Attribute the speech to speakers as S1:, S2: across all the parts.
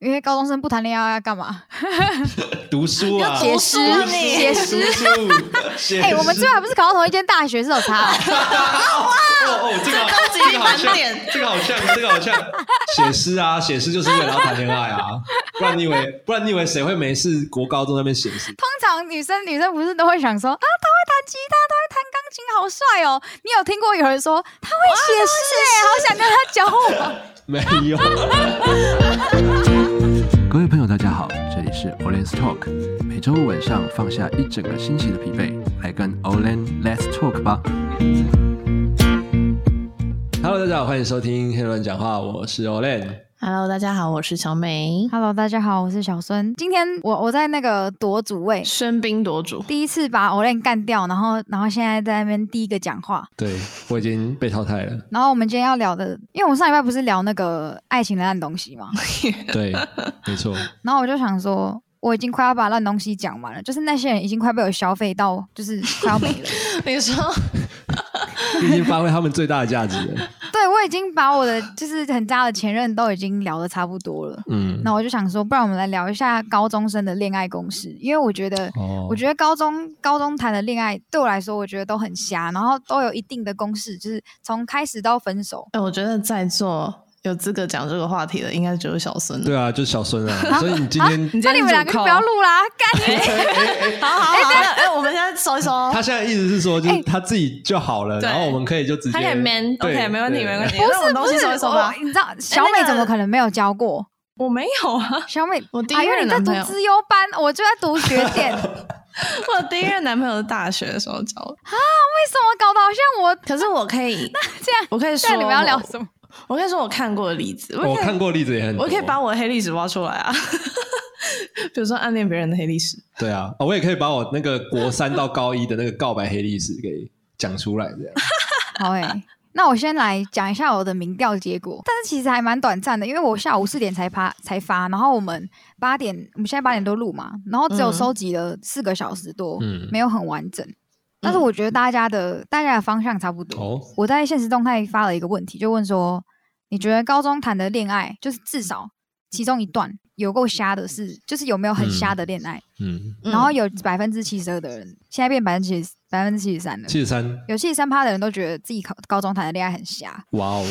S1: 因为高中生不谈恋爱要干嘛？
S2: 读书啊，
S1: 写诗，
S2: 读书
S1: 写诗。
S2: 读书，写诗。
S1: 哎、我们最好不是考到同一间大学是有差、哦。
S2: 哦哦，这个好
S3: 这高级
S2: 这个好
S3: 满
S2: 像
S3: 点，
S2: 这个好像，这个好像，写诗啊，写诗就是为了要谈恋爱啊，不然你以为，不然你以为谁会没事国高中那边写诗？
S1: 通常女生女生不是都会想说啊，他会弹吉他，他会弹钢琴，好帅哦。你有听过有人说他会写诗、欸，好想跟他交往。
S2: 没有。
S4: 各位朋友，大家好，这里是 Olen's Talk，每周五晚上放下一整个星期的疲惫，来跟 Olen Let's Talk 吧。
S2: Hello，大家好，欢迎收听《黑人讲话》，我是 Olen。
S3: Hello，大家好，我是小美，
S1: Hello，大家好，我是小孙。今天我我在那个夺主位，
S3: 喧宾夺主，
S1: 第一次把 Olen 干掉，然后然后现在在那边第一个讲话。
S2: 对我已经被淘汰了。
S1: 然后我们今天要聊的，因为我们上礼拜不是聊那个爱情的烂东西嘛，
S2: 对，没错。
S1: 然后我就想说，我已经快要把烂东西讲完了，就是那些人已经快被我消费到，就是快要没 了。
S3: 你说
S2: 你已经发挥他们最大的价值了。
S1: 对我已经把我的就是很渣的前任都已经聊的差不多了。
S2: 嗯，
S1: 那我就想说，不然我们来聊一下高中生的恋爱公式，因为我觉得，
S2: 哦
S1: 我觉得高中高中谈的恋爱对我来说，我觉得都很瞎，然后都有一定的公式，就是从开始到分手。
S3: 哎、我觉得在座有资格讲这个话题的，应该只有小孙了。
S2: 对啊，就是小孙啊。所以你今天
S3: 你今
S1: 那你
S3: 天
S1: 们
S3: 主哎
S1: 两个就
S3: 控
S1: 不要录啦，干你！
S3: 好好好，哎、我们现在收一哦收。
S2: 他现在意思是说，就
S1: 哎
S2: 是他自己就好了，
S3: 对
S2: 然后我们可以就直接。
S3: 他很 man，
S2: 对
S3: OK，没问题，
S2: 对
S3: 没问题。
S1: 不
S3: 那我
S1: 是
S3: 们
S1: 不
S3: 东西收一
S1: 是，
S3: 收
S1: 我
S3: 吧。哎
S1: 你知道小美
S3: 那个
S1: 怎么可能没有教过？
S3: 我没有啊，
S1: 小美，
S3: 我第一
S1: 哎呦
S3: 任
S1: 你在
S3: 男
S1: 读
S3: 朋友
S1: 资优班，我就在读学点， 为
S3: 我第一任男朋友是大学的时候交的。
S1: 什么搞得好像我
S3: 可是我可以，
S1: 这样？
S3: 我可以说
S1: 那你们要聊
S3: 我
S1: 什么？
S3: 我可以说我看过的例子，
S2: 哦我
S3: 可以
S2: 看过例子也很多，
S3: 我可以把我的黑历史挖出来啊， 比如说暗恋别人的黑历史。
S2: 对啊，哦我也可以把我那个国三到高一的那个告白黑历史给讲出来， 这样。
S1: 好诶、那我先来讲一下我的民调结果，但是其实还蛮短暂的，因为我下午四点才发才发，然后我们八点，我们现在八点多录嘛，然后只有
S3: 嗯
S1: 收集了四个小时多，
S2: 嗯
S1: 没有很完整。但是我觉得大家的、大家的方向差不多。
S2: 哦，
S1: 我在现实动态发了一个问题，就问说，你觉得高中谈的恋爱，就是至少其中一段有够瞎的是，就是有没有很瞎的恋爱？
S2: 嗯，
S3: 嗯
S1: 然后有百分之七十二的人，现在变百分之七百分之七十三了。
S2: 七十三，
S1: 有七十三趴的人都觉得自己高高中谈的恋爱很瞎，
S2: 哇哦，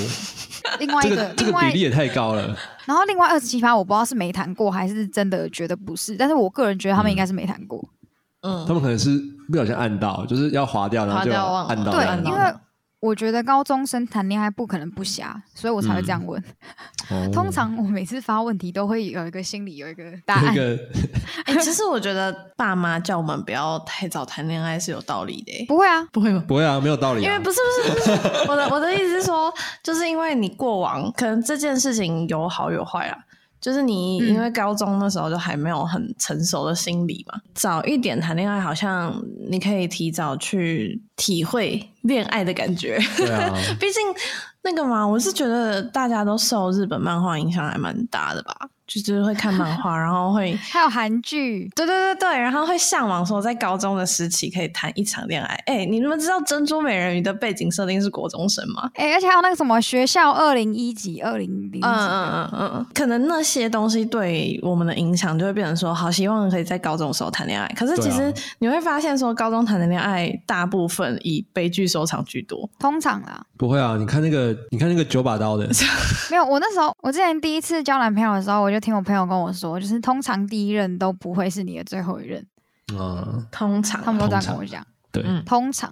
S1: 另外一
S2: 这
S1: 个，
S2: 个这
S1: 另
S2: 个
S1: 外
S2: 比例也太高了。
S1: 然后另外二十七趴我不知道是没谈过还是真的觉得不是，但是我个人觉得他们应该是没谈过，
S3: 嗯
S2: 他，们可能是不小心按到，就是要划掉，然后就
S3: 划掉忘了
S2: 按到
S3: 嗯
S2: 这样。
S1: 对，因为我觉得高中生谈恋爱不可能不瞎，所以我才会这
S2: 嗯
S1: 样问。
S2: 哦
S3: 嗯
S1: 通常我每次发问题都会有一个心里有一个答
S2: 那
S1: 案，
S2: 个
S3: 哎、其实我觉得爸妈叫我们不要太早谈恋爱是有道理的、
S1: 不会啊，
S3: 不会吗？
S2: 不会啊，没有道理
S3: 因为
S2: 啊。
S3: 不是不是不是，我的我的意思是说，就是因为你过往可能这件事情有好有坏啊，就是你
S1: 嗯
S3: 因为高中那时候就还没有很成熟的心理嘛，早一点谈恋爱，好像你可以提早去体会恋爱的感觉。
S2: 对啊，
S3: 毕竟那个嘛，我是觉得大家都受日本漫画影响还蛮大的吧，就是会看漫画，然后会。
S1: 还有韩剧，
S3: 对对对对，然后会向往说，在高中的时期可以谈一场恋爱。哎，你们知道《珍珠美人鱼》的背景设定是国中生吗？
S1: 哎、而且还有那个什么学校二零一几、二零零几
S3: 嗯嗯嗯嗯嗯，可能那些东西对我们的影响就会变成说，好希望可以在高中的时候谈恋爱。可是其
S2: 对啊
S3: 实你会发现说，高中谈的恋爱大部分以悲剧收场居多。
S1: 通常啦，
S2: 不会啊。你看那个，你看那个九把刀 的，
S1: 没有。我那时候，我之前第一次交男朋友的时候，我就听我朋友跟我说，就是通常第一任都不会是你的最后一任，
S2: 嗯，
S3: 通常啊
S1: 他们都这样跟
S2: 通常
S1: 我讲。
S2: 对，
S3: 嗯
S1: 通常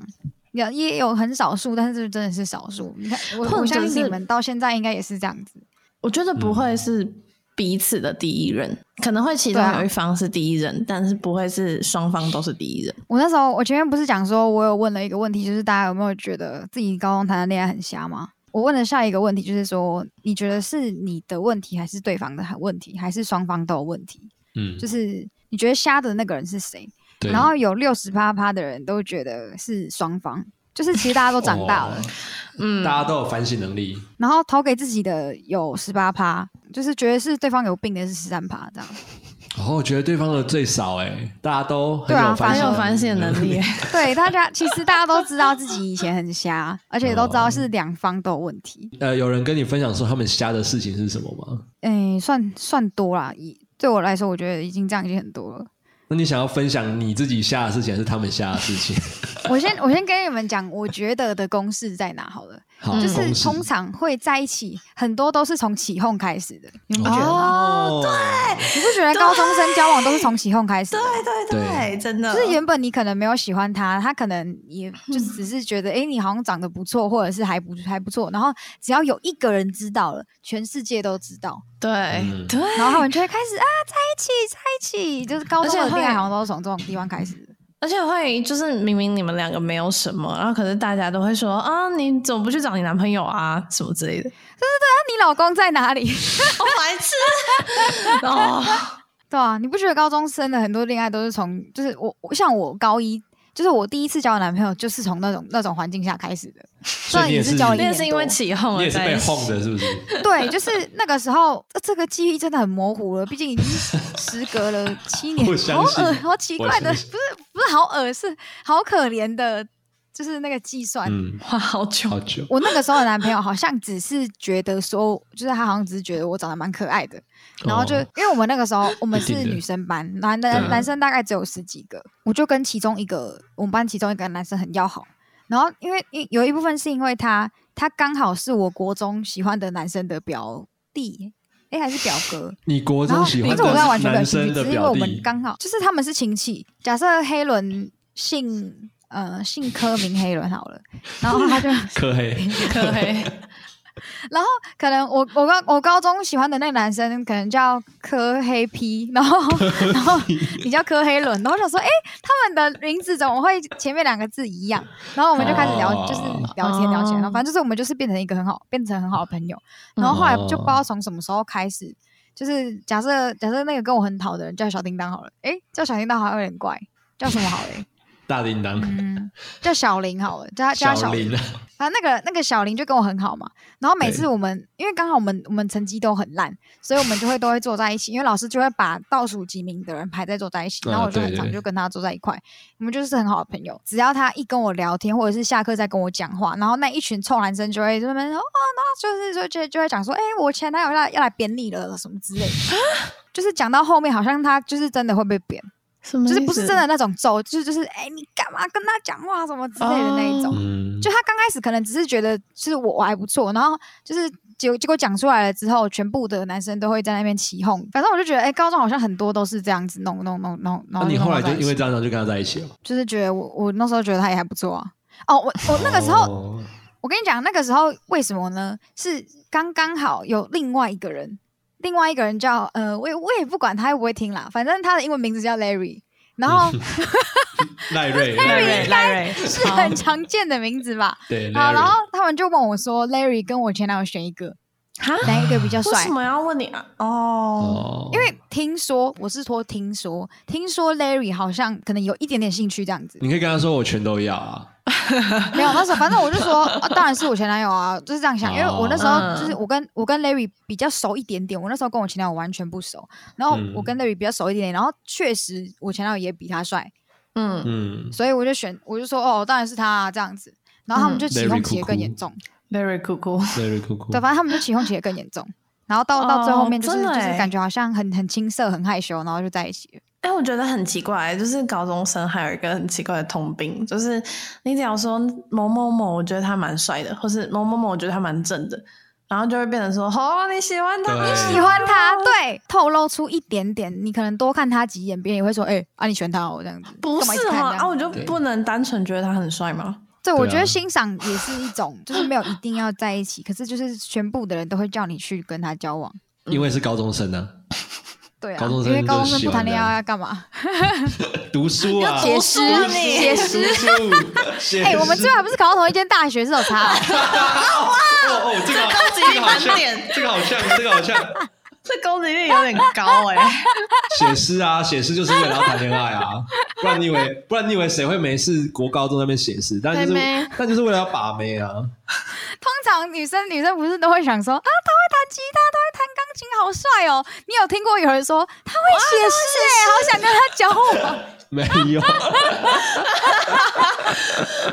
S1: 也也有很少数，但是真的是少数。你看，我
S3: 或
S1: 我
S3: 者
S1: 相信你
S3: 是
S1: 们到现在应该也是这样子。
S3: 我觉得不会是彼此的第一任，可能会其中
S1: 对啊
S3: 有一方是第一任，但是不会是双方都是第一任。
S1: 我那时候我前面不是讲说我有问了一个问题，就是大家有没有觉得自己高中谈的恋爱很瞎吗？我问的下一个问题就是说，你觉得是你的问题，还是对方的问题，还是双方都有问题？
S2: 嗯
S1: 就，是你觉得瞎的那个人是谁？
S2: 对
S1: 然后有六十八趴的人都觉得是双方，就是其实大家都长大了，
S2: 哦
S3: 嗯，
S2: 大家都有反省能力。
S1: 然后投给自己的有十八趴，就是觉得是对方有病的是十三趴这样。
S2: 哦，我觉得对方的最少哎、大家都很
S1: 对啊
S2: 有反
S1: 反
S3: 很
S1: 正
S2: 省
S3: 有
S2: 能力，
S3: 反省能力耶。
S1: 对大家，其实大家都知道自己以前很瞎，而且都知道是两方都有问题。
S2: 呃，有人跟你分享说他们瞎的事情是什么吗？
S1: 诶，哎算算多啦，以对我来说，我觉得已经这样已经很多了。
S2: 那你想要分享你自己瞎的事情，还是他们瞎的事 情？
S1: 我先我先跟你们讲，我觉得的公式在哪好了，
S2: 好，
S3: 嗯
S1: 就是
S2: 公式
S1: 通常会在一起，很多都是从起哄开始的，你们不觉得吗？
S2: 哦，
S1: 你不觉得高中生交往都是从起哄开始的吗？
S3: 对嗯
S2: 对，
S3: 真的
S1: 就是原本你可能没有喜欢他，他可能也就只是觉得，哎、你好像长得不错，或者是还不还不错。然后只要有一个人知道了，全世界都知道，
S3: 对
S2: 嗯
S3: 对，
S1: 然后他们就会开始啊，在一起，在一起，就是高中
S3: 而
S1: 的
S3: 且会
S1: 恋爱好像都是从这种地方开始的。
S3: 而且会就是明明你们两个没有什么，然后可是大家都会说啊，你怎么不去找你男朋友啊，什么之类
S1: 那
S3: 的，
S1: 你老公在哪里？
S3: 好白痴 哦，
S1: 对啊，你不觉得高中生的很多恋爱都是从，就是我我像我高一，就是我第一次交的男朋友，就是从那种那种环境下开始 的。虽
S2: 所以
S1: 然
S2: 你也
S1: 也
S2: 是
S1: 是交了一
S3: 那
S1: 年
S3: 个是因为
S1: 多
S3: 起哄
S2: 你
S3: 而
S2: 也是
S3: 在
S2: 被
S3: 一起
S2: 哄的，是不是？
S1: 对，就是那个时候，呃这个记忆真的很模糊了，毕竟已经时隔了七年
S2: 我，
S1: 好
S2: 相信
S1: 恶，好奇
S2: 我
S1: 怪的，
S2: 相
S1: 不
S2: 信
S1: 是不是好恶，是好可怜的，就是那个计算。
S2: 嗯，
S3: 哇，好久
S2: 好久，
S1: 我那个时候的男朋友好像只是觉得说，就是他好像只是觉得我长得蛮可爱的，然后就、
S2: 哦
S1: 因为我们那个时候我们
S2: 一定
S1: 是
S2: 的
S1: 女生班，男男
S2: 对啊
S1: 男生大概只有十几个，我就跟其中一个我们班其中一个男生很要好，然后因为因有一部分是因为他他刚好是我国中喜欢的男生的表弟，诶，还是表哥，
S2: 你国
S1: 然
S2: 中
S1: 后
S2: 喜欢
S1: 可是我对他完
S2: 的
S1: 全没有
S2: 男
S1: 兴趣，
S2: 生
S1: 只
S2: 的
S1: 是因为
S2: 表
S1: 我们
S2: 弟，
S1: 刚好就是他们是亲戚。假设黑伦姓呃姓柯名黑伦好了，然后他就
S2: 科黑，
S3: 对，
S1: 然后可能我我高我高中喜欢的那个男生可能叫柯黑 P，然后然后你叫柯黑伦，然后我想说哎、诶他们的名字怎么会前面两个字一样？然后我们就开始聊，
S2: 哦
S1: 就是聊天聊起来，然后
S3: 哦
S1: 反正就是我们就是变成一个很好变成很好的朋友。然后后来就不知道从什么时候开始，就是假设假设那个跟我很好的人叫小叮当好了，诶，叫小叮当好像有点怪，叫什么好嘞？
S2: 大铃铛，
S1: 嗯，叫小林好了，叫他叫他小林。
S2: 铃啊，
S1: 反正那个那个小林就跟我很好嘛，然后每次
S2: 对
S1: 我们因为刚好我们我们成绩都很烂，所以我们就会都会坐在一起，因为老师就会把倒数几名的人排在坐在一起，
S2: 啊
S1: 然后我就
S2: 对
S1: 很常
S2: 对
S1: 就跟他坐在一块，我们就是很好的朋友。只要他一跟我聊天，或者是下课再跟我讲话，然后那一群臭男生就会在那边说哦，然后就是就就就会讲说，哎、我前男友要来要来扁你了什么之类的，就是讲到后面好像他就是真的会被扁，
S3: 什么
S1: 就
S3: 意思
S1: 是不是真的那种揍，就是就是哎、你干嘛跟他讲话什么之类的那一种。
S2: 嗯，
S1: 哦就他刚开始可能只是觉得就是我我还不错，然后就是结果结果讲出来了之后，全部的男生都会在那边起哄。反正我就觉得，哎、高中好像很多都是这样子弄弄弄弄，然
S2: 那
S1: 后
S2: 你
S1: 弄
S2: 后
S1: 到
S2: 来
S1: 在
S2: 就
S1: 一
S2: 因为
S1: 起
S2: 这样然后就跟他在一起了。
S1: 就是觉得我我那时候觉得他也还不错啊。哦，我我那个时候、
S2: 哦
S1: 我跟你讲，那个时候为什么呢？是刚刚好有另外一个人，另外一个人叫呃，我也我也不管他会不会听啦，反正他的英文名字叫 Larry，然 后
S2: 赖瑞，赖
S3: 赖瑞
S2: 瑞，
S3: 赖瑞
S1: 是
S3: 好
S1: 很常见的名字 吧。
S2: 对，
S1: 好，然
S2: 赖瑞
S1: 后。他们就问我说：“Larry 跟我前男友选一个，
S3: 哈
S1: 哪一个比较
S3: 为
S1: 帅
S3: 什么要问你啊？哦，
S2: 哦，？”
S1: 因为听说，我是说听说，听说 Larry 好像可能有一点点兴趣这 样子。
S2: 你可以跟他说我全都要啊，
S1: 没有，那时候反正我就说，啊、当然是我前男友啊，就是这样想，因为我那时
S3: 哦
S1: 候
S3: 嗯
S1: 就是我跟我跟 Larry 比较熟一点点，我那时候跟我前男友完全不熟，然后
S2: 嗯
S1: 我跟 Larry 比较熟一点点，然后确实我前男友也比他帅，
S3: 嗯，
S2: 嗯，
S1: 所以我就选，我就说哦，当然是他、啊、这样子，然后他们就起哄
S3: 嗯
S2: Larry
S1: 起得
S2: 哭哭
S1: 更严重，
S3: 赖瑞酷酷，
S2: 赖瑞酷酷
S1: 对，，反正他们就起哄起得更严重，然后到到最后面就是、
S3: 哦真的
S1: 就是
S3: 欸
S1: 感觉好像很很青涩很害羞，然后就在一起了。
S3: 哎、我觉得很奇怪，就是高中生还有一个很奇怪的通病，就是你只要说某某某，我觉得他蛮帅的，或是某某某，我觉得他蛮正的，然后就会变成说，哦，你喜欢他，
S2: 对
S3: 你
S1: 喜欢他，
S3: 哦
S1: 对，透露出一点点，你可能多看他几眼，别人也会说，哎、啊，你喜欢他哦，这样子，
S3: 不
S1: 干嘛一直
S3: 是
S1: 看
S3: 吗？
S1: 这样
S3: 啊，我就
S2: 对
S3: 不能单纯觉得他很帅吗？
S1: 对，我
S2: 对
S1: 觉得
S2: 啊
S1: 欣赏也是一种，就是没有一定要在一起，
S3: 啊
S1: 可是就是全部的人都会叫你去跟他交往。
S2: 因为是高中生啊呢，
S1: 对啊，
S2: 高中生
S1: 因为高中
S2: 就
S1: 生
S2: 喜
S1: 不
S2: 欢
S1: 谈恋
S2: 这
S1: 爱
S2: 样
S1: 要干嘛？
S2: 读书啊，
S1: 写
S3: 读
S1: 诗
S3: 书啊，你
S1: 写诗。
S2: 读书，写
S1: 哎、我们
S2: 诗
S1: 最好不是考到同一间大学是有差、哦。
S2: 哦 哦，这个好这
S3: 这
S2: 个好
S3: 高级满
S2: 像
S3: 点，
S2: 这个好像，这个好像。
S3: 这攻击力有点高 哎、
S2: 写诗啊，写诗就是为了要谈恋爱啊，不然你以为不然你以为谁会没事国高中在那边写诗？但就是
S3: 妹
S2: 但就是为了要把妹啊，
S1: 通常女生女生不是都会想说啊，他会弹吉他，他会弹钢琴，好帅哦！你有听过有人说他会写诗哎，好想跟他交往，
S2: 没有，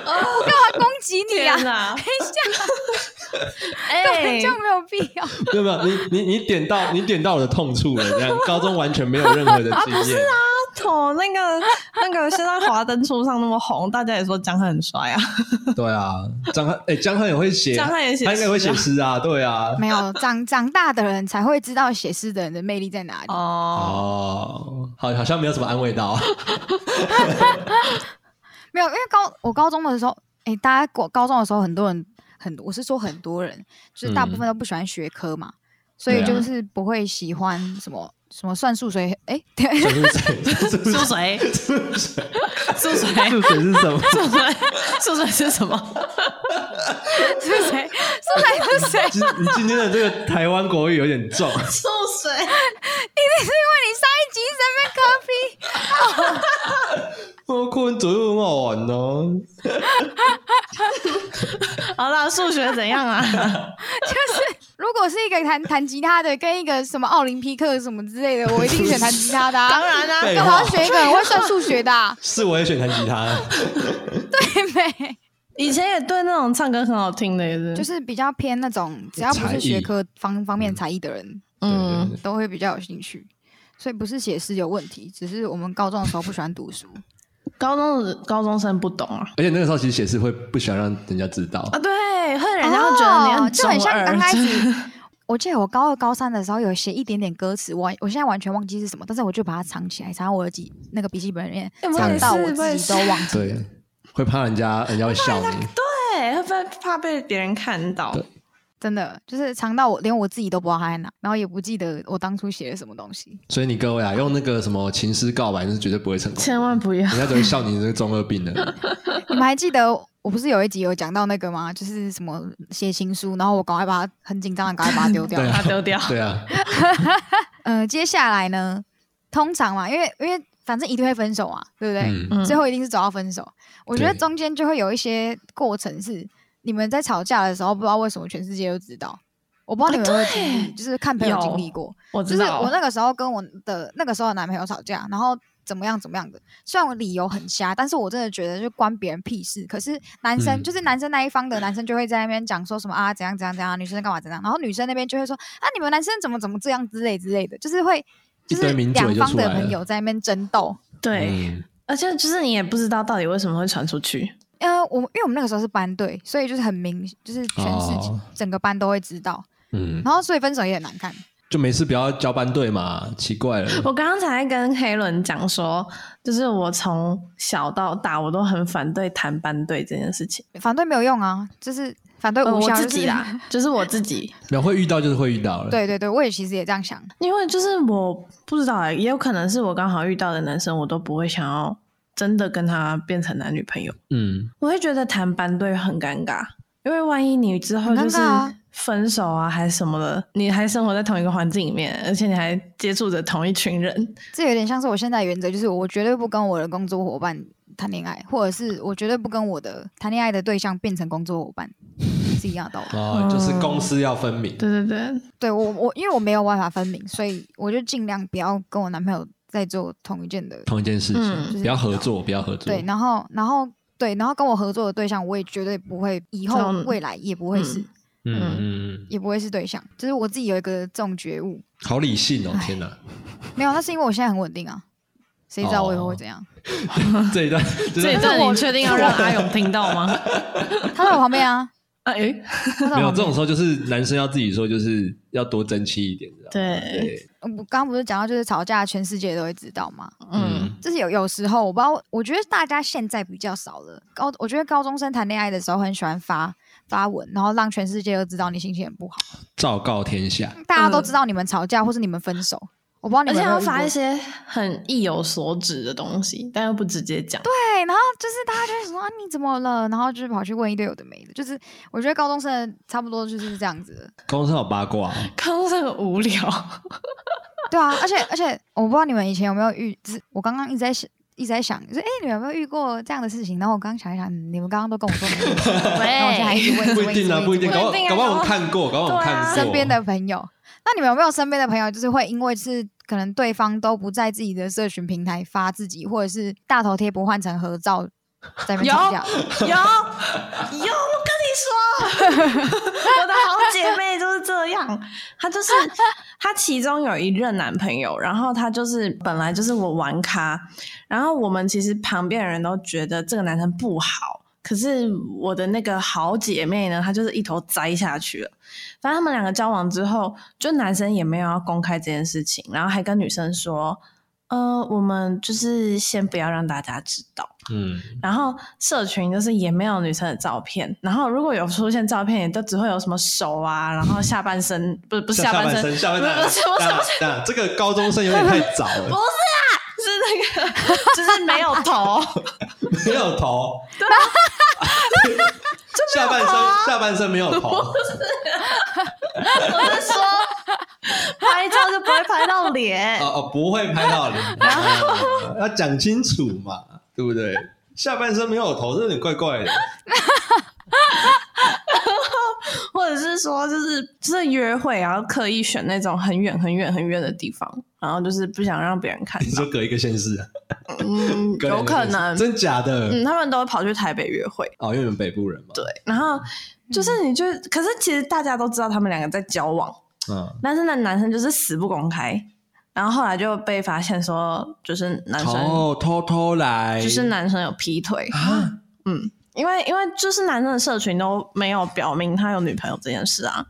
S1: 我哦干嘛攻击你啊？等
S3: 天哪！
S1: 一下，根
S3: 哎
S1: 本就没有必要。
S2: 没有没有，你你你点到你点到我的痛处了，这样高中完全没有任何的经验。
S3: 头哦那个那个现在华灯初上那么红，大家也说江汉很帅啊。
S2: 对啊，张翰哎，张翰也会写，
S3: 江汉也写
S2: 他应该会
S3: 诗啊
S2: 写诗啊，对啊。
S1: 没有长长大的人才会知道写诗的人的魅力在哪里。
S3: 哦，
S2: 哦，好，好像没有什么安慰 到。啊
S1: 没有，因为高我高中的时候，哎、大家高高中的时候，很多人很，我是说很多人，
S3: 嗯
S1: 就是大部分都不喜欢学科嘛，所以
S2: 对啊
S1: 就是不会喜欢什么什么算数学，哎、 对，
S2: 数 水，数
S3: 注
S2: 水，
S3: 水，
S2: 数水，
S3: 注水，
S2: 数水是什么？
S3: 注水，
S1: 是
S3: 注水是什 么？
S1: 谁？是哪个 谁？
S2: 今你今天的这个台湾国语有点重，
S3: 注水，
S1: 一定是因为你上一集在那边 copy，
S2: 我国文左右很好玩哦。
S3: 好了，数学怎样啊？
S1: 就是如果是一个弹弹吉他的，跟一个什么奥林匹克什么之类的，我一定选弹吉他的、 啊。
S3: 当然啦、
S2: 对
S1: 干嘛要选一个很会算数学的、啊？
S2: 是我也选弹吉 他，
S1: 对没？
S3: 以前也对那种唱歌很好听的也是，
S1: 就是比较偏那种只要不
S2: 才
S1: 是
S2: 艺
S1: 学科方方面才艺的人，
S3: 嗯，
S1: 都会比较有兴趣。所以不是写诗有问题，只是我们高中的时候不喜欢读书。
S3: 高中的高中生不懂啊。
S2: 而且那个时候其实写诗会不喜欢让人家知道。
S3: 啊，对，会人家会觉得你
S1: 哦
S3: 很
S1: 就很
S3: 中
S1: 像
S3: 二，
S1: 刚开
S3: 就
S1: 始。 我记得我高二、高三的时候有写一点点歌词，我我现在完全忘记是什么，但是我就把它藏起来，藏在我的记那个笔记本里面，
S3: 哎我
S1: 藏
S3: 也
S1: 到
S3: 是
S1: 我
S3: 我
S1: 自
S3: 也
S1: 己
S3: 是
S1: 都忘记。
S2: 对，会怕人家人家会笑你。
S3: 对，会不会怕被别人看到？
S2: 对
S1: 真的就是藏到我连我自己都不知道它在哪，然后也不记得我当初写了什么东西。
S2: 所以你各位啊，用那个什么情诗告白是绝对不会成功，
S3: 千万不要
S2: 人家只会笑你这个中二病 的。
S1: 你们还记得我不是有一集有讲到那个吗？就是什么写情书，然后我赶快把它很紧张的赶快把 它丢掉。
S2: 对
S3: 把它丢掉。
S2: 对啊，
S1: 呃，接下来呢，通常嘛，因为因为反正一定会分手嘛，对不对？
S2: 嗯，
S3: 嗯
S1: 最后一定是走到分手。我觉得
S2: 对
S1: 中间就会有一些过程是你们在吵架的时候，不知道为什么全世界都知道。我不知道你们有没有经历，就是看朋友经历
S3: 有
S1: 过，
S3: 我
S1: 就
S3: 知
S1: 是
S3: 道，
S1: 我那个时候跟我的那个时候的男朋友吵架，然后怎么样怎么样的，虽然我理由很瞎，但是我真的觉得就关别人屁事。可是男生、
S2: 嗯
S1: 就是男生那一方的男生就会在那边讲说什么啊怎样怎样怎样，女生干嘛怎样，然后女生那边就会说啊你们男生怎么怎么这样之类之类的，就是会
S2: 一
S1: 就是
S2: 堆名嘴
S1: 两
S2: 就
S1: 方
S2: 出
S1: 的
S2: 来
S1: 朋
S2: 了
S1: 友在那边争斗。
S3: 对，
S2: 嗯，
S3: 而且就是你也不知道到底为什么会传出去。
S1: 呃，我们因为我们那个时候是班队，所以就是很明，就是全世界、
S2: 哦
S1: 整个班都会知道，
S2: 嗯，
S1: 然后所以分手也很难看。
S2: 就没事不要交班队嘛，奇怪了。
S3: 我刚刚才跟黑伦讲说，就是我从小到大我都很反对谈班队这件事情，
S1: 反对没有用啊，就是反对
S3: 呃
S1: 无
S3: 我
S1: 效、
S3: 自
S1: 就是
S3: 己啦，就是我自己，
S2: 然后会遇到就是会遇到 了。
S1: 对对对，我也其实也这样想。
S3: 因为就是我不知道、欸，也有可能是我刚好遇到的男生，我都不会想要真的跟他变成男女朋友，
S2: 嗯，
S3: 我会觉得谈班队很尴尬，因为万一你之后就是
S1: 很尴尬啊
S3: 分手啊，还是什么的，你还生活在同一个环境里面，而且你还接触着同一群人，
S1: 这有点像是我现在的原则，就是我绝对不跟我的工作伙伴谈恋爱，或者是我绝对不跟我的谈恋爱的对象变成工作伙伴，是一样的道理。
S2: 哦，就是公私要分明。
S3: 对对对，
S1: 对我我因为我没有办法分明，所以我就尽量不要跟我男朋友在做同一件的，
S2: 同一件事
S3: 嗯
S2: 情，
S1: 就是
S2: 不要合作，不要合作。
S1: 对，然后然后对，然后跟我合作的对象，我也绝对不会，以
S3: 这
S1: 后
S3: 种
S1: 未来也不会是、
S2: 嗯嗯嗯，
S1: 也不会是对象，就是我自己有一个这种觉悟。
S2: 好理性哦，
S1: 唉
S2: 天哪！
S1: 没有，那是因为我现在很稳定啊，谁知道我以后会
S2: 哦
S1: 怎样？
S2: 这一段，
S3: 这一
S2: 一
S3: 段你确定要让阿勇听到吗？
S1: 他在我旁边啊，
S3: 啊，诶，
S1: 他在
S2: 没有
S1: 我旁
S2: 这
S1: 边
S2: 种。时候，就是男生要自己说，就是要多争气一点，知道吗
S3: 对，
S2: 对，
S1: 我刚嗯刚不是讲到就是吵架，全世界都会知道嘛。
S3: 嗯，
S1: 就是有有时候我不知道，我觉得大家现在比较少了。高，我觉得高中生谈恋爱的时候很喜欢发发文，然后让全世界都知道你心情很不好，
S2: 昭告天下。
S1: 大家都知道你们吵架或是你们分手。我不知道你
S3: 嗯而
S1: 们
S3: 且
S1: 有没有
S3: 要
S1: 遇
S3: 发
S1: 过
S3: 一些很意有所指的东西，但又不直接讲。
S1: 对，然后就是大家就会说、啊、你怎么了，然后就是跑去问一堆有的没的，就是我觉得高中生差不多就是这样子的，
S2: 公司好八卦哦，
S3: 刚刚这个无聊，
S1: 对啊，而且而且我不知道你们以前有没有遇，就是我刚刚一直在想一直在想，就是哎、你们有没有遇过这样的事情？然后我刚想一想，嗯，你们刚刚都跟我说没有，然后我现在还一直问，
S2: 不一定啊，不一定，搞不好
S3: 不一定啊
S2: 搞不好我
S3: 搞
S2: 们
S3: 不好
S2: 看过，搞不好我们
S3: 对啊
S2: 看过
S1: 身边的朋友。那你们有没有身边的朋友，就是会因为是可能对方都不在自己的社群平台发自己，或者是大头贴不换成合照，在那边吵架？
S3: 有有，我跟你说， 我的好姐妹就是这样。她就是她其中有一任男朋友，然后她就是本来就是我玩咖，然后我们其实旁边的人都觉得这个男生不好，可是我的那个好姐妹呢，她就是一头栽下去了。反正他们两个交往之后，就男生也没有要公开这件事情，然后还跟女生说。呃，我们就是先不要让大家知道，
S2: 嗯，
S3: 然后社群就是也没有女生的照片，然后如果有出现照片，也都只会有什么手啊，然后下半身，不是不是
S2: 下
S3: 半
S2: 半身，下 半身，
S3: 不是不是不是
S2: 那那这个高中生有点太早
S3: 不
S2: 了，
S3: 是啊，是那个就是没 有头，
S2: 没有头，
S3: 啊
S2: 下半身下半身没有头，
S3: 我是说拍照就不会拍到脸
S2: 哦，哦，不会拍到脸，哦要讲清楚嘛，对不对？下半身没有头，这有点怪怪的。
S3: 或者是说就是就是约会，然后刻意选那种很远很远很远的地方，然后就是不想让别人看
S2: 你
S3: 到
S2: 说，隔一个县市啊，
S3: 嗯，
S2: 隔
S3: 有
S2: 两个县
S3: 可
S2: 市
S3: 能，
S2: 真假的？
S3: 嗯，他们都会跑去台北约会。
S2: 哦，因为你们北部人嘛，
S3: 对，然后就是你就，可是其实大家都知道他们两个在交往，
S2: 嗯，
S3: 但是那男生就是死不公开，然后后来就被发现说，就是男生、
S2: 哦，偷偷来，
S3: 就是男生有劈腿，
S2: 啊，
S3: 嗯，因为因为就是男生的社群都没有表明他有女朋友这件事啊，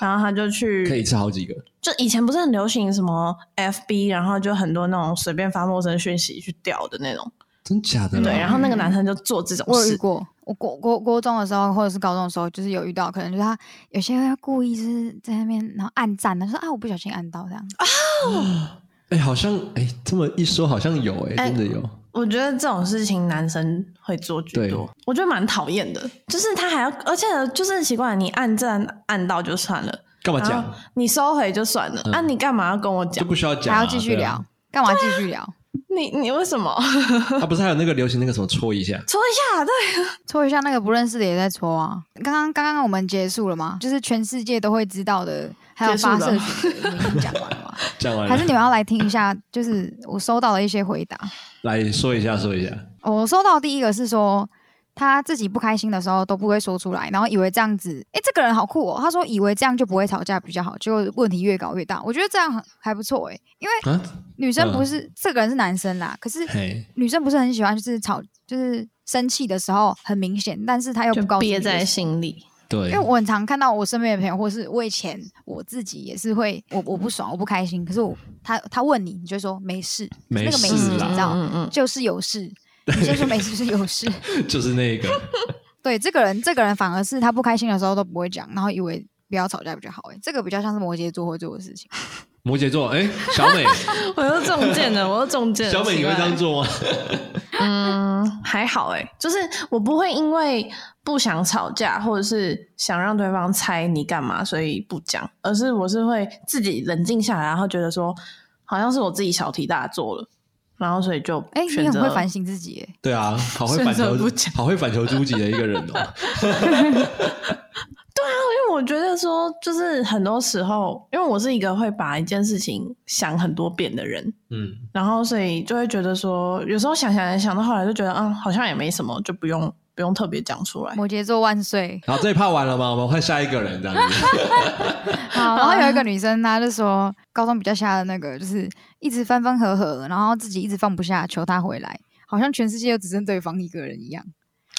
S3: 然后他就
S2: 可以
S3: 去，
S2: 吃好几个，
S3: 就以前不是很流行什么 FB，然后就很多那种随便发陌生讯息去钓的那种，
S2: 真假的啦？
S3: 对，然后那个男生就做这种
S1: 我有遇
S3: 事，
S1: 过，我国国国中的时候或者是高中的时候，就是有遇到，可能就是他有些会故意就是在那边然后暗赞，他说啊我不小心按到这样，
S2: 哎，好像哎，这么一说好像有哎，
S3: 哎
S2: 真的有，
S3: 我觉得这种事情男生会做居
S2: 对
S3: 多，我觉得蛮讨厌的。就是他还要，而且就是很奇怪，你按赞按到就算了，
S2: 干嘛
S3: 然后
S2: 哦讲？
S3: 你收回就算了，
S2: 嗯
S3: 啊，你干嘛要跟我
S2: 就
S3: 讲？
S2: 不需要讲
S1: 还
S2: 啊，
S1: 要继续
S2: 对
S1: 聊，
S2: 啊。
S1: 干嘛继续聊？
S3: 你你为什么
S2: 他啊不是还有那个流行那个什么戳一下？
S3: 戳一下？对，
S1: 戳一下那个不认识的也在戳啊！刚刚刚刚我们结束了吗？就是全世界都会知道的，还有
S3: 结束了
S1: 发社群的，已经讲完了 吗？
S2: 讲完了
S1: 还是你们要来听一下？就是我收到的一些回答。
S2: 来说一下说一下，
S1: 哦我收到第一个是说，他自己不开心的时候都不会说出来，然后以为这样子，诶，这个人好酷哦。他说以为这样就不会吵架比较好，结果问题越搞越大。我觉得这样很还不错诶，因为
S2: 啊，
S1: 女生
S2: 嗯
S1: 不是、这个人是男生啦，可是
S2: 嘿，
S1: 女生不是很喜欢就是吵，就是生气的时候很明显，但是他又不告诉
S3: 就憋
S1: 你
S3: 在
S1: 为什么
S3: 心里。
S2: 对，
S1: 因为我很常看到我身边的朋友，或是我以前我自己也是会，我我不爽，我不开心，可是我他他问你，你就说没事，
S2: 没
S1: 那个没事，
S2: 事
S1: 你
S2: 啦
S1: 知道，
S3: 嗯嗯
S1: 就是有事，你先说没事就是有事。
S2: 就是那个，
S1: 对，这个人这个人反而是他不开心的时候都不会讲，然后以为不要吵架比较好，哎，这个比较像是摩羯座会做的事情。
S2: 摩羯座，哎，小美，
S3: 嗯，我又中箭了，我又中箭了。
S2: 小美你
S3: 奇
S2: 会
S3: 怪
S2: 这样做吗？
S3: 嗯，还好哎、就是我不会因为不想吵架，或者是想让对方猜你干嘛，所以不讲，而是我是会自己冷静下来，然后觉得说好像是我自己小题大做了，然后所以就
S1: 哎，
S3: 选
S1: 你很
S3: 择
S1: 会反省自己，哎，
S2: 对啊，好会反
S3: 顺手
S2: 求
S3: 不讲，
S2: 好会反求诸己的一个人哦。
S3: 因为我觉得说，就是很多时候，因为我是一个会把一件事情想很多遍的人，
S2: 嗯，
S3: 然后所以就会觉得说，有时候想想想到后来就觉得，嗯，好像也没什么，就不用不用特别讲出来。
S1: 摩羯座万岁。
S2: 好，这一趴完了吗？我们换下一个人，这样子。
S1: 好， 然后有一个女生，她就说高中比较瞎的那个，就是一直分分合合，然后自己一直放不下，求他回来，好像全世界就只剩对方一个人一样。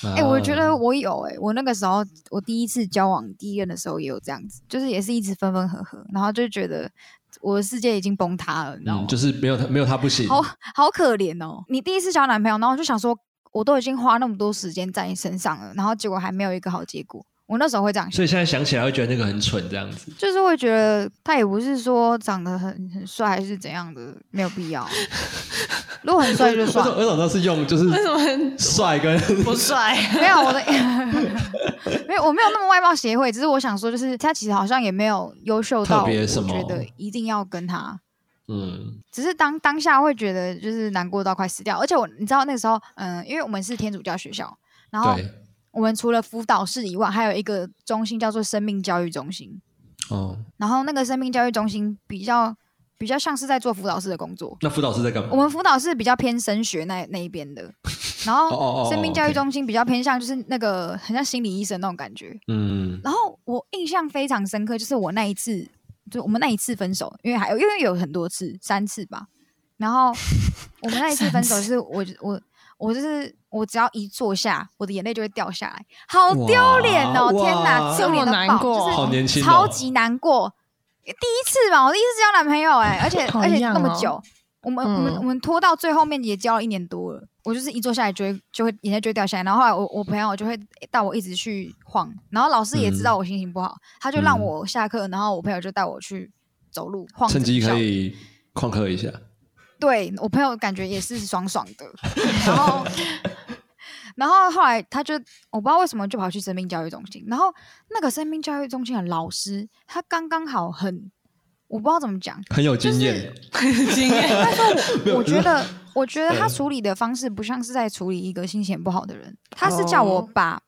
S2: 啊
S1: 哎、我觉得我有哎、我那个时候我第一次交往第一任的时候也有这样子，就是也是一直分分合合，然后就觉得我的世界已经崩塌了，你知道吗
S2: 嗯，？就是没有他，没有他不行。
S1: 好好可怜哦！你第一次交男朋友，然后就想说，我都已经花那么多时间在你身上了，然后结果还没有一个好结果。我那时候会这样想，
S2: 所以现在想起来会觉得那个很蠢，这样子。
S1: 就是会觉得他也不是说长得很很帅还是怎样的，没有必 要。如果很帅就算
S2: 我
S1: 了，
S2: 我总都是用就是
S3: 为什么
S2: 帅跟
S3: 不帅？
S1: 没有我的，没有我没有那么外貌协会，只是我想说，就是他其实好像也没有优秀到
S2: 特别
S1: 我
S2: 什么
S1: 觉得一定要跟他
S2: 嗯，
S1: 只是当当下会觉得就是难过到快死掉。而且我你知道那时候，嗯、因为我们是天主教学校，然后
S2: 对，
S1: 我们除了辅导室以外，还有一个中心叫做生命教育中心。
S2: 哦，
S1: 然后那个生命教育中心比较比较像是在做辅导室的工作，
S2: 那辅导师在干
S1: 我
S2: 嘛？
S1: 们辅导室比较偏升学那那一边的，然
S2: 哦哦哦
S1: 后
S2: 哦
S1: 生命教育
S2: OK
S1: 中心比较偏向就是那个很像心理医生那种感觉。
S2: 嗯，
S1: 然后我印象非常深刻，就是我那一次，就我们那一次分手，因为还有因为有很多次，三次吧。然后我们那一次分手
S3: 三次
S1: 是我我我就是我只要一坐下，我的眼泪就会掉下来，好丢脸哦！
S2: 哇
S1: 天哪，
S2: 哇
S1: 丢脸到
S3: 这么难过
S1: 爆
S2: 好年轻哦
S1: 超级难过。第一次吧，我第一次交男朋友哎、而且、
S3: 好
S1: 而且
S3: 样
S1: 那么
S3: 哦
S1: 久，我们、我们
S3: 嗯
S1: 我们拖到最后面也交了一年多了，我就是一坐下来就会就会眼泪就会掉下来，然后后来我我朋友就会带我一直去晃，然后老师也知道我心情不好，他就让
S2: 嗯
S1: 我下课，然后我朋友就带我去走路晃，
S2: 趁机可。以旷课一下。
S1: 对我朋友感觉也是爽爽的， 然后然后后来他就我不知道为什么就跑去生命教育中心，然后那个生命教育中心的老师他刚刚好很我不知道怎么讲，
S2: 很有经验，
S3: 经验
S2: 没有
S1: 我觉 得，我觉得他
S2: 嗯
S1: 处理的方式不像是在处理一个心情不好的人，他是叫我
S3: 哦
S1: 把，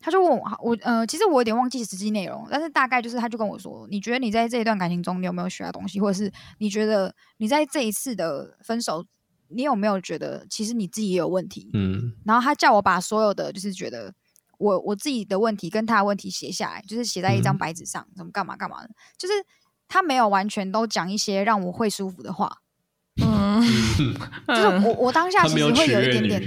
S1: 他就问我，我呃，其实我有点忘记实际内容，但是大概就是他就跟我说，你觉得你在这一段感情中，你有没有学到东西，或者是你觉得你在这一次的分手，你有没有觉得其实你自己也有问题？
S2: 嗯
S1: 然后他叫我把所有的就是觉得我我自己的问题跟他的问题写下来，就是写在一张
S2: 嗯
S1: 白纸上，怎么干嘛干嘛的，就是他没有完全都讲一些让我会舒服的话。
S3: 嗯，
S1: 就是我我当下
S2: 他
S1: 其
S2: 没
S1: 实
S2: 有
S1: 会
S2: 取
S1: 有一
S2: 悦
S1: 点
S2: 你，
S1: 点，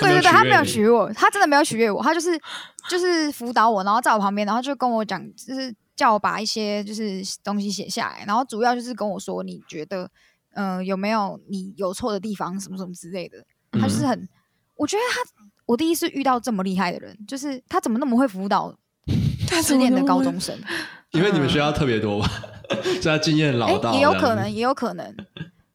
S1: 对对对，他
S2: 他
S1: 没有
S2: 取
S1: 取
S2: 悦
S1: 悦我，他真的没有取悦我，他就是就是辅导我，然后在我旁边，然后就跟我讲，就是叫我把一些就是东西写下来，然后主要就是跟我说你觉得，嗯，有没有你有错的地方，什么什么之类的，他
S2: 嗯
S1: 就是很，我觉得他我第一次遇到这么厉害的人，就是他怎么那么会辅导
S3: 他
S1: 失恋的高中 生，
S2: 你，因为你们学校特别多吧， 所以他经验老道，
S1: 哎也有
S2: 这样嗯
S1: 可能，也有可 能，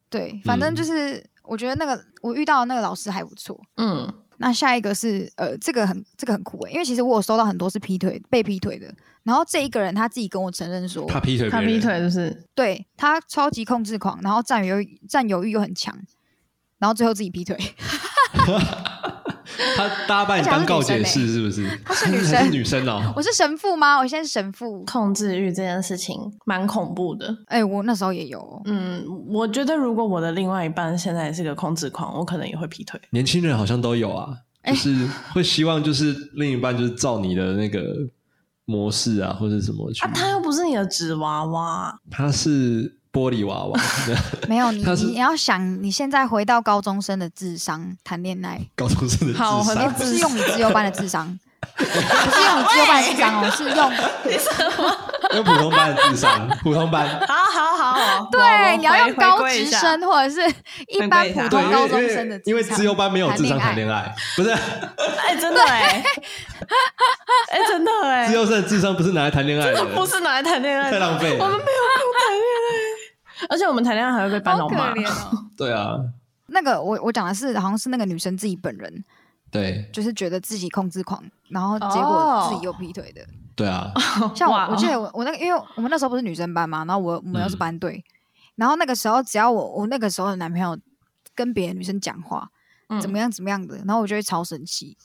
S1: 对，反正就是、我觉得那个我遇到的那个老师还不错。
S3: 嗯，
S1: 那下一个是呃，这个很这个很酷诶、欸因为其实我有收到很多是劈腿被劈腿的，然后这一个人他自己跟我承认说，
S2: 他劈腿，
S3: 他劈，腿就是
S1: 对他超级控制狂，然后占有欲占有欲又很强，然后最后自己劈腿，
S2: 他大家把你当告解释是不是？
S1: 她欸是女生 欸
S2: 还是女生哦，
S1: 我是神父吗？我现在是神父，
S3: 控制欲这件事情蛮恐怖的。
S1: 哎、我那时候也有哦、
S3: 嗯，我觉得如果我的另外一半现在也是个控制狂，我可能也会劈腿。
S2: 年轻人好像都有啊，
S1: 哎
S2: 就是会希望就是另一半就是照你的那个模式啊，或者什么去
S3: 啊，，他又不是你的纸娃娃，
S2: 他是玻璃娃 娃，
S1: 没有你
S2: 她嗯是
S1: 你要想你现在回到高中生的智商谈恋爱，
S2: 高中生的智
S3: 好很
S1: 哎、
S3: 多
S2: 商
S1: 不是用你自由班的智 商，不是用你自由班的智商哦，是用
S2: 用普通班的 智商，普通班。
S3: 好好好好，我
S1: 对，你要用高职，
S3: 我回回归一下
S1: 生或者是 一
S3: 回
S1: 般
S3: 归一下
S1: 普
S2: 对，因
S1: 通
S2: 为
S1: 高中生的
S2: 因为因为
S1: 智商
S2: 自由班没有智商谈恋爱，不是
S3: 哎，真的 哎，哎，真的哎
S2: 自，由生的智商不是拿来谈恋爱的，
S3: 不是拿来谈恋爱
S2: 太
S3: 的，
S2: 浪费
S3: 我
S2: 了。
S3: 们没有谈恋爱，而且我们谈恋爱还会被班
S1: 好
S3: 长
S1: 可
S3: 骂。
S1: 怜哦。
S2: 对啊，
S1: 那个我我讲的是，好像是那个女生自己本人，
S2: 对
S1: 就是觉得自己控制狂，然后结果自己又劈腿的。
S2: 对啊，
S1: 像
S3: 哦哇哦
S1: 我，我记得我我那个，因为我们那时候不是女生班嘛，然后我我们又是
S2: 嗯
S1: 班队，然后那个时候只要我我那个时候的男朋友跟别的女生讲话，
S3: 嗯
S1: 怎么样怎么样的，然后我就会超生气。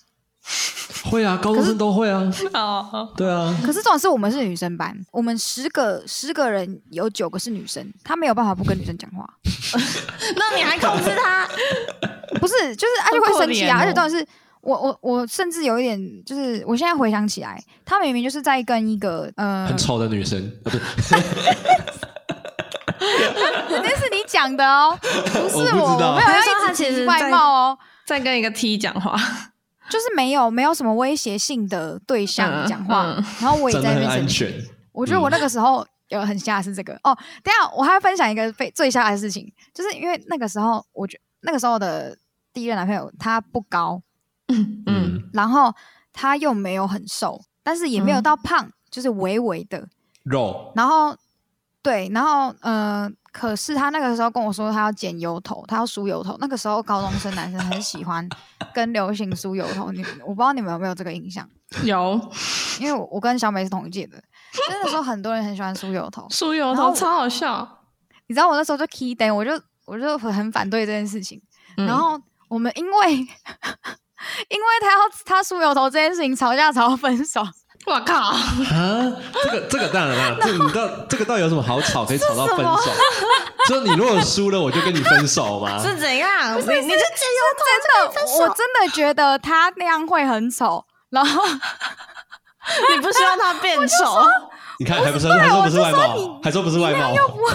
S2: 会啊，高中生都会啊，
S3: 哦，
S2: 对啊，
S1: 可是这种是我们是女生班，我们十个十个人有九个是女生，她没有办法不跟女生讲话。
S3: 那你还控制 他？
S1: 不是，就是他就会
S3: 好可
S1: 生气啊，
S3: 怜哦
S1: 而且重点是我我我甚至有一点，就是我现在回想起来，他明明就是在跟一个呃
S2: 很，丑的女生，啊不是，
S1: 那是你讲的 哦，不是
S2: 我不知
S1: 我，
S2: 道
S1: 我没有
S3: 他说
S1: 要
S3: 他
S1: 一直
S3: 其
S1: 提
S3: 实
S1: 外
S3: 在
S1: 貌哦，
S3: 在跟一个 T 讲话，
S1: 就是没有没有什么威胁性的对象
S3: 嗯
S1: 讲话，
S3: 嗯
S1: 然后我也
S2: 长得
S1: 在那
S2: 很
S1: 边生
S2: 安
S1: 气，
S2: 全，
S1: 我觉得我那个时候。有很吓的是这个哦，等一下我还要分享一个被最吓的事情，就是因为那个时候，我觉那个时候的第一任男朋友他不高，
S3: 嗯，
S2: 嗯，
S1: 然后他又没有很瘦，但是也没有
S3: 嗯
S1: 到胖，就是微微的。
S2: 肉，
S1: 然后对，然后呃，可是他那个时候跟我说他要剪油头，他要梳油头。那个时候高中生男生很喜欢跟流行梳油头，你我不知道你们有没有这个印象，
S3: 嗯有。
S1: 因为我我跟小美是同一届的，那个时候很多人很喜欢梳油头
S3: 梳油
S1: 然后
S3: 头，
S1: 我
S3: 超好笑。
S1: 你知道我那时候就 key d 我就我就很反对这件事情。
S3: 嗯
S1: 然后我们因为 因为他要他梳油头这件事情吵架，吵到分手。
S3: 我靠，
S2: 啊，这个这个当 然啦，这个你到这个到底有什么好吵，可以吵到分手？ 就你如果输了，我就跟你分 手吗？
S3: 是怎样？你你就
S1: 真的，我真的觉得他那样会很丑。然后
S3: 你不希望他变丑？
S2: 你看还不是
S1: 不是啊
S2: 还说
S1: 我
S2: 不是
S1: 就
S2: 外
S1: 说
S2: 貌
S1: 你，
S2: 还说不是
S1: 你
S2: 外
S1: 那
S2: 貌
S1: 样，又不会，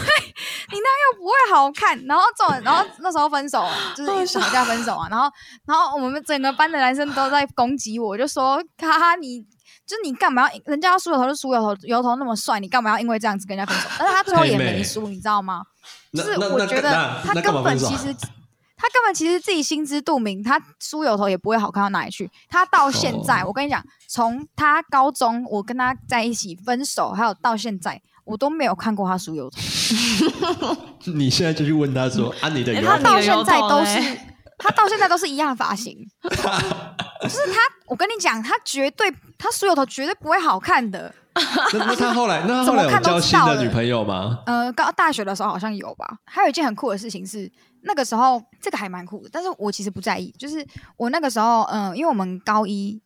S1: 你那样又不会好看。然后总，然后那时候分 手，就是一直吵架分手啊。然后，然后我们整个班的男生都在攻击我，就说：“哈哈，你就你干嘛要？人家要梳油头就梳油头，油头那么帅，你干嘛要因为这样子跟人家分手？”但是他最后也
S2: 太
S1: 没
S2: 美
S1: 梳，你知道吗？就
S2: 那
S1: 是
S2: 那
S1: 我
S2: 那
S1: 觉得
S2: 那
S1: 他
S2: 那干嘛
S1: 根
S2: 分
S1: 本
S2: 手啊
S1: 其？实，他根本其实自己心知肚明，他梳油头也不会好看到哪里去。他到现在，
S2: 哦
S1: 我跟你讲，从他高中我跟他在一起分手，还有到现在，我都没有看过他梳油头，
S2: 你现在就去问他说啊，你的
S3: 哎
S2: 油
S1: 他
S3: 他你的
S1: 到现在
S3: 油头欸
S1: 都是
S3: 嘞。
S1: 他到现在都是一样的发 型，就是他，我跟你讲，他绝对，他梳油头绝对不会好看的。
S2: 那那他后来，那他
S1: 怎
S2: 后
S1: 么
S2: 来有
S1: 看都
S2: 交
S1: 知
S2: 新
S1: 道
S2: 的
S1: 了
S2: 女朋友吗？
S1: 呃，高大学的时候好像有吧。还有一件很酷的事情是，那个时候这个还蛮酷的，但是我其实不在意。就是我那个时候，嗯、因为我们高一，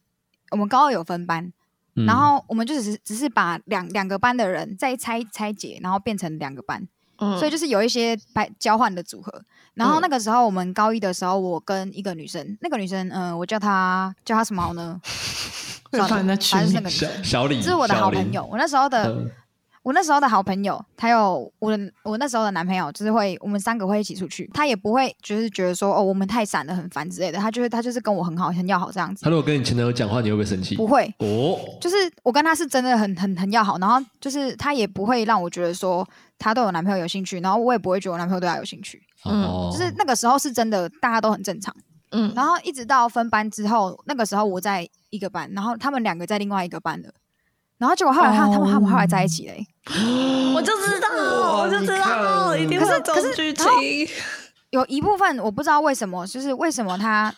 S1: 我们高二有分班，
S2: 嗯
S1: 然后我们就只是只是把两两个班的人再拆拆解，然后变成两个班，所以就
S3: 就
S1: 是有一些排交换的组合。然后那个时候我们高一的时候，我跟一个女生，那个女生，嗯、我叫她叫她什么好呢？
S3: 会
S1: 算
S3: 放
S1: 了
S3: 在
S1: 反
S3: 群
S1: 正是那
S3: 里。
S1: 个女
S2: 小
S1: 生，
S2: 小李，
S1: 这是我的
S2: 小
S1: 好
S2: 李
S1: 朋友。。呃我那时候的
S2: 嗯
S1: 我那时候的好朋友，还有我的我那时候的男朋友，就是会我们三个会一起出去，他也不会就是觉得说哦我们太散了很烦之类的，他就是他就是跟我很好很要好这样子，
S2: 他如果跟你前男友讲话，你会不会生气？
S1: 不会，
S2: 哦，
S1: 就是我跟他是真的很很很要好，然后就是他也不会让我觉得说他对我男朋友有兴趣，然后我也不会觉得我男朋友对他有兴趣，
S3: 嗯
S2: 哦
S1: 就是那个时候是真的大家都很正常，
S3: 嗯，
S1: 然后一直到分班之后，那个时候我在一个班，然后他们两个在另外一个班了，然后结果后来他他们他们后来在一起嘞、
S3: 我就知道，
S2: 哇
S3: 我就知道，
S2: 你看
S3: 一定会有这种剧情。
S1: 有一部分我不知道为什么，就是为什么他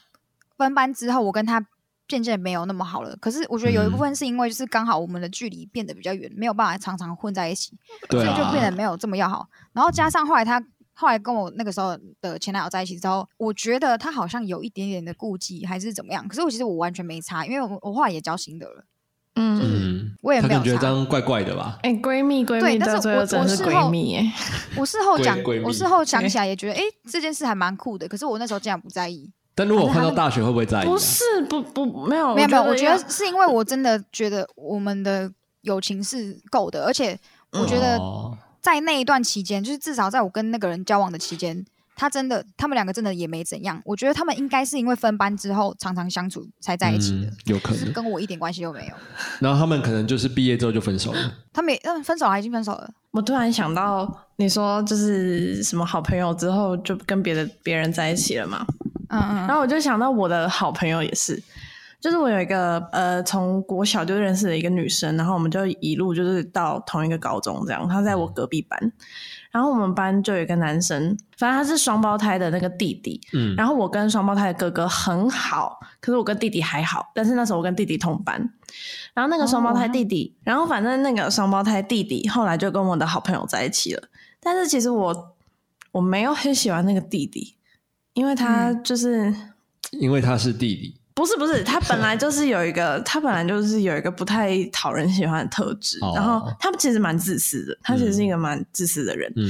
S1: 分班之后，我跟他渐渐没有那么好了。可是我觉得有一部
S2: 嗯
S1: 分是因为就是刚好我们的距离变得比较远，没有办法常常混在一起，
S2: 对
S1: 所以就变得
S2: 啊，
S1: 没有这么要好。然后加上后来他后来跟我那个时候的前男友在一起之后，我觉得他好像有一点点的顾忌还是怎么样。可是我其实我完全没差，因为我我后来也交新的了，
S3: 嗯，
S2: 嗯，
S1: 我也
S2: 他可
S1: 没有
S2: 能觉得这
S1: 差。
S2: 样怪怪的吧？
S3: 哎，闺蜜，闺蜜
S1: 对但是
S3: 到最后
S1: 我
S3: 真的是
S1: 我事后
S3: 闺蜜哎。
S1: 我事后
S2: 闺
S1: 讲
S2: 闺，
S1: 我
S2: 蜜
S1: 事后想起来也觉得，哎、这件事还蛮酷的。可是我那时候竟然不在意。
S2: 但如果
S1: 反正
S2: 换
S1: 他们
S2: 到大学，会不会在意啊？
S3: 不是不不没有
S1: 没有没有，哦我觉
S3: 要
S1: 得是因为我真的觉得我们的友情是够的，而且我觉得
S2: 哦
S1: 在那一段期间，就是至少在我跟那个人交往的期间，他真的，他们两个真的也没怎样。我觉得他们应该是因为分班之后常常相处才在一起的，
S2: 嗯有可
S1: 就是
S2: 能。
S1: 跟我一点关系都没有。
S2: 然后他们可能就是毕业之后就分手了。
S1: 他们也嗯分手了，已经分手了。
S3: 我突然想到，你说就是什么好朋友之后就跟别的别人在一起了嘛？
S1: 嗯嗯
S3: 然
S1: 嗯，
S3: 后我就想到我的好朋友也是，就是我有一个呃，从国小就认识的一个女生，然后我们就一路就是到同一个高中这样，她在我隔壁班，然后我们班就有一个男生，反正他是双胞胎的那个弟弟，
S2: 嗯，
S3: 然后我跟双胞胎的哥哥很好，可是我跟弟弟还好，但是那时候我跟弟弟同班。然后那个双
S2: 哦
S3: 胞胎弟弟，然后反正那个双胞胎弟弟后来就跟我的好朋友在一起了。但是其实我我没有很喜欢那个弟弟，因为他
S2: 嗯
S3: 就是、
S2: 因为他是弟弟，
S3: 不是不是，他本来就是有一个，他本来就是有一个不太讨人喜欢的特质。
S2: 哦
S3: 然后他其实蛮自私的，他其实是一个蛮自私的人。
S2: 嗯，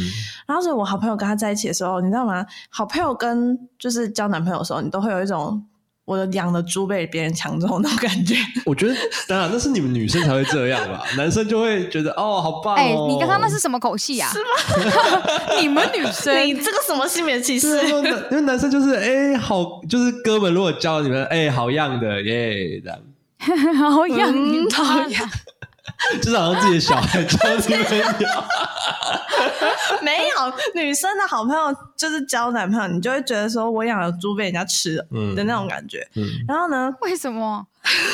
S3: 然后所以我好朋友跟他在一起的时候，你知道吗？好朋友跟就是交男朋友的时候，你都会有一种我的养的猪被别人抢走那种感觉。
S2: 我觉得当然那是你们女生才会这样 吧，男生就会觉得哦，好棒哦。
S1: 哎、你刚刚那是什么口气啊？ 你们女生啊
S3: 你这个什么性别歧视
S2: 对？因为男因为男生就是哎、好，就是哥们如果教你们哎、好样的耶，这样
S1: 好养
S3: 嗯
S1: 你
S3: 讨
S1: 妈，
S3: 厌，
S2: 就是好像自己的小孩教你们一样。
S3: 没有女生的好朋友就是交男朋友，你就会觉得说我养的猪被人家吃了
S2: 嗯
S3: 的那种感觉。
S2: 嗯，
S3: 然后呢，
S1: 为什么？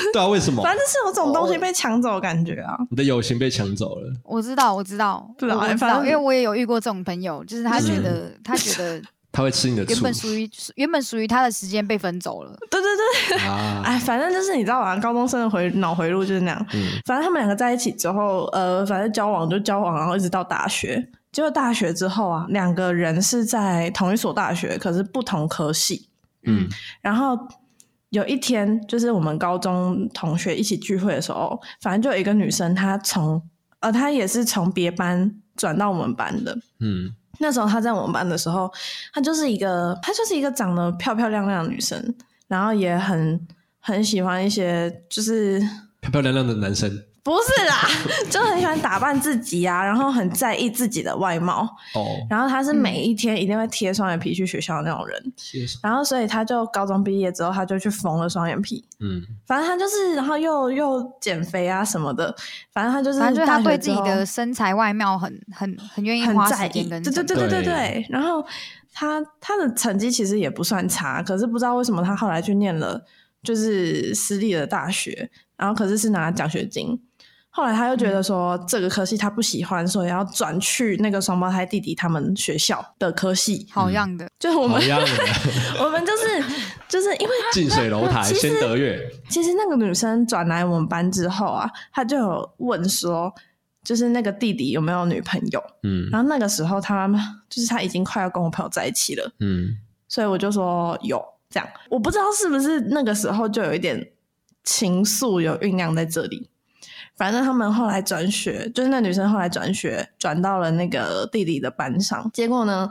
S2: 对啊，为什么
S3: 反正就是有种东西被抢走的感觉啊。
S2: 你的友情被抢走了？
S1: 我知道，我知道，
S3: 对啊
S1: 我我知
S3: 反
S1: 道，
S3: 正
S1: 因为我也有遇过这种朋友，就是他
S2: 就是
S1: 觉得他觉得
S2: 他会吃你的
S1: 原
S2: 醋
S1: 本属于原本属于他的时间被分走了。
S3: 对对对，
S2: 啊，
S3: 哎，反正就是你知道吧，高中生的回脑回路就是那样。
S2: 嗯
S3: 反正他们两个在一起之后，呃，反正交往就交往，然后一直到大学。结果大学之后啊，两个人是在同一所大学，可是不同科系。
S4: 嗯，
S3: 然后有一天，就是我们高中同学一起聚会的时候，反正就有一个女生，她从呃，她也是从别班转到我们班的。
S2: 嗯
S3: 那时候她在我们班的时候，她就是一个她就是一个长得漂漂亮亮的女生，然后也很很喜欢一些就是
S2: 漂漂亮亮的男生
S3: 不是啦， 就很喜欢打扮自己啊，然后很在意自己的外貌，
S2: 哦，
S3: 然后她是
S1: 嗯
S3: 每一天一定会贴双眼皮去学校的那种人，
S2: 谢谢
S3: 然后所以她就高中毕业之后，她就去缝了双眼皮，
S2: 嗯，
S3: 反正她就是，然后又又减肥啊什么的，反正她就是，
S1: 反正就是他对自己的身材外貌很很很愿意
S3: 嗯很
S1: 花
S3: 在
S1: 时
S3: 意，
S1: 间跟
S3: 对对对
S1: 整
S3: 对
S1: 理
S3: 对
S2: 对
S3: 对。然后他他的成绩其实也不算差，可是不知道为什么他后来去念了就是私立的大学，然后可是是拿奖学金。后来他又
S1: 嗯
S3: 觉得说这个科系他不喜欢，所以要转去那个双胞胎弟弟他们学校的科系。
S1: 好样的，
S3: 就是我
S2: 好
S3: 们
S2: 样的，
S3: 我们就是就是因为
S2: 近水楼台
S3: 其实
S2: 先得月，
S3: 其实那个女生转来我们班之后啊，她就有问说，就是那个弟弟有没有女朋友？
S2: 嗯
S3: 然后那个时候他们就是他已经快要跟我朋友在一起了，
S2: 嗯，
S3: 所以我就说有这样，我不知道是不是那个时候就有一点情愫有酝酿在这里。反正他们后来转学，就是那女生后来转学，转到了那个弟弟的班上。结果呢，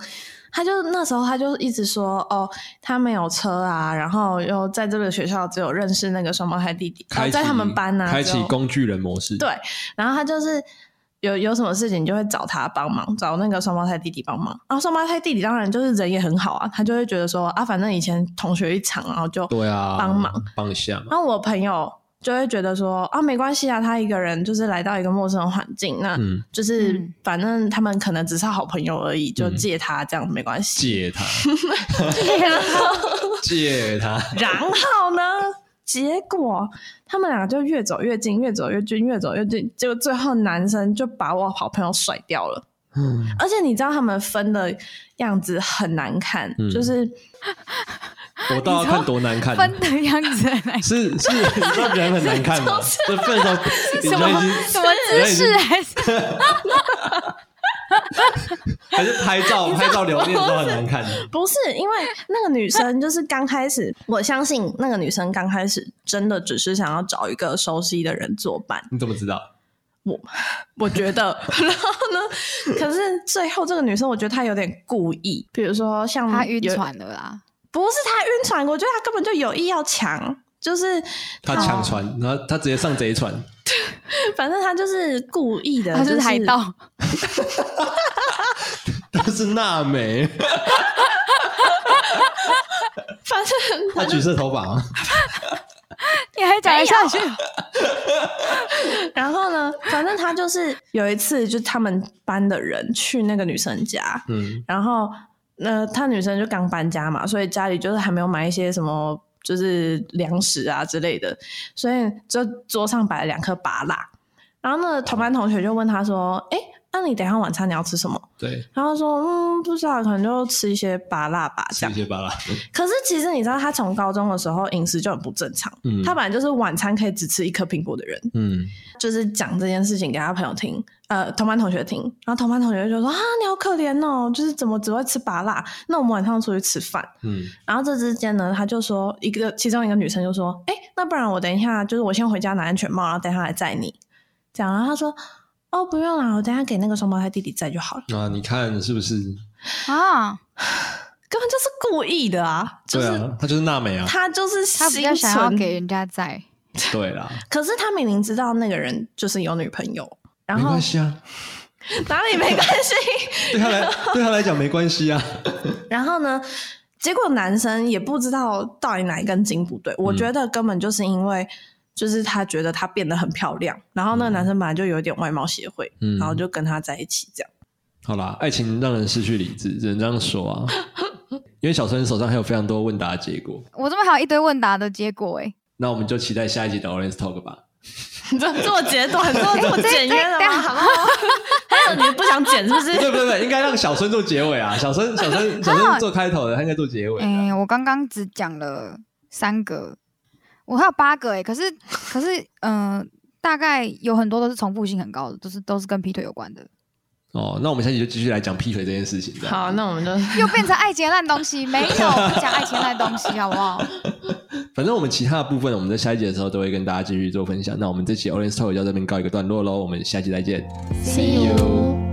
S3: 他就那时候他就一直说，哦，他没有车啊，然后又在这个学校只有认识那个双胞胎弟弟，然
S2: 开
S3: 后
S2: 启
S3: 在他们班啊，
S2: 开
S3: 只
S2: 启
S3: 有
S2: 工具人模式，
S3: 对然后他就是有有什么事情就会找他帮忙，找那个双胞胎弟弟帮忙。然后双胞胎弟弟当然就是人也很好啊，他就会觉得说啊，反正以前同学一场，然后就
S2: 对啊，
S3: 帮忙。
S2: 帮一下嘛，
S3: 然后我朋友就会觉得说啊，没关系啊，他一个人就是来到一个陌生的环境，那
S2: 嗯，
S3: 就是
S1: 嗯
S3: 反正他们可能只是好朋友而已，就
S2: 嗯
S3: 借他这样没关系。
S2: 借 他， 借他，
S3: 然后呢？结果他们两个就越走越近，越走越近，越走越近，结果最后男生就把我好朋友甩掉了。
S2: 嗯
S3: 而且你知道他们分的样子很难看，
S2: 嗯
S3: 就是
S2: 我倒要看多难看，
S1: 分的样子 来
S2: 是是，你说人很难看 吗？这分手，你
S1: 什
S2: 人已
S1: 么
S2: 经
S1: 什么姿
S2: 人已经
S1: 势还 是
S2: 还是拍照拍照留念都很难看，
S3: 不是因为那个女生，就是刚开始，我相信那个女生刚开始真的只是想要找一个熟悉的人作伴，
S2: 你怎么知道？
S3: 我觉得。然后呢，可是最后这个女生，我觉得她有点故意，比如说像
S1: 他晕
S3: 有，
S1: 船了啦？
S3: 不是她晕船，我觉得她根本就有意要抢，就是
S2: 他
S3: 哦
S2: 抢船，然后他直接上贼船，
S3: 反正她就是故意的，
S1: 他
S3: 就是
S1: 海盗，
S2: 他是娜美，
S3: 反正
S2: 他橘色头发，
S1: 你还讲得下去？
S3: 然后呢，反正他就是有一次，就他们班的人去那个女生家，
S2: 嗯
S3: 然后呃，他女生就刚搬家嘛，所以家里就是还没有买一些什么，就是粮食啊之类的，所以就桌上摆了两颗芭辣。然后呢，同班同学就问他说：“哎，那你等一下晚餐你要吃什么
S2: 对？”，
S3: 然后他说：“嗯，不知道，可能就吃一些芭辣吧。”这
S2: 吃
S3: 样
S2: 一。些巴拉，
S3: 可是其实你知道，他从高中的时候饮食就很不正常，
S2: 嗯
S3: 他本来就是晚餐可以只吃一颗苹果的人。
S2: 嗯，
S3: 就是讲这件事情给他朋友听，呃，同班同学听，然后同班同学就说啊，你好可怜哦，就是怎么只会吃拔辣？那我们晚上出去吃饭。
S2: 嗯
S3: 然后这之间呢，他就说一个其中一个女生就说，哎，那不然我等一下，就是我先回家拿安全帽，然后等一下来载你。这样，然后他说哦，不用啦，我等一下给那个双胞胎弟弟载就好了。
S2: 啊，你看是不是？
S1: 啊，
S3: 根本就是故意的啊，就
S2: 对
S3: 是、
S2: 啊，他就是娜美啊，
S3: 他就是
S1: 他比
S3: 心
S1: 较
S3: 存，
S1: 想要给人家在，
S2: 对啦，
S3: 可是他明明知道那个人就是有女朋友，然
S2: 没
S3: 后
S2: 关系啊，
S3: 哪里没关系？
S2: 对 他来对他来讲没关系啊，
S3: 然后呢，结果男生也不知道到底哪一根筋不对，我觉得根本就是因为。就是他觉得她变得很漂亮，然后那个男生本来就有点外貌协会，
S2: 嗯
S3: 然后就跟她在一起这 样。
S2: 好啦，爱情让人失去理智，只能这样说啊。因为小春手上还有非常多问答的结果，
S1: 我这边还有一堆问答的结果哎、
S2: 那我们就期待下一集的 Orange Talk 吧。
S3: 你这这么简短，这么这么
S1: 这
S3: 简约的
S1: 这
S3: 吗？好不好？ 还有你不想剪是不
S2: 对
S3: 是？
S2: 不对？不对应该让小春做结尾啊！小春，小春，小
S3: 啊
S2: 春做开头的，他应该做结尾的。
S1: 哎、我刚刚只讲了三个，我还有八个哎、可是可是嗯、呃大概有很多都是重复性很高的，都是都是跟劈腿有关的。
S2: 哦，那我们下期就继续来讲劈腿这件事情。这样
S3: 好，那我们就
S1: 又变成爱情的烂东西，没有不讲爱情的烂东西，好不好？
S2: 反正我们其他的部分，我们在下一集的时候都会跟大家继续做分享。那我们这期 Orange Talk 就到这边告一个段落喽，我们下期再见。
S5: See you.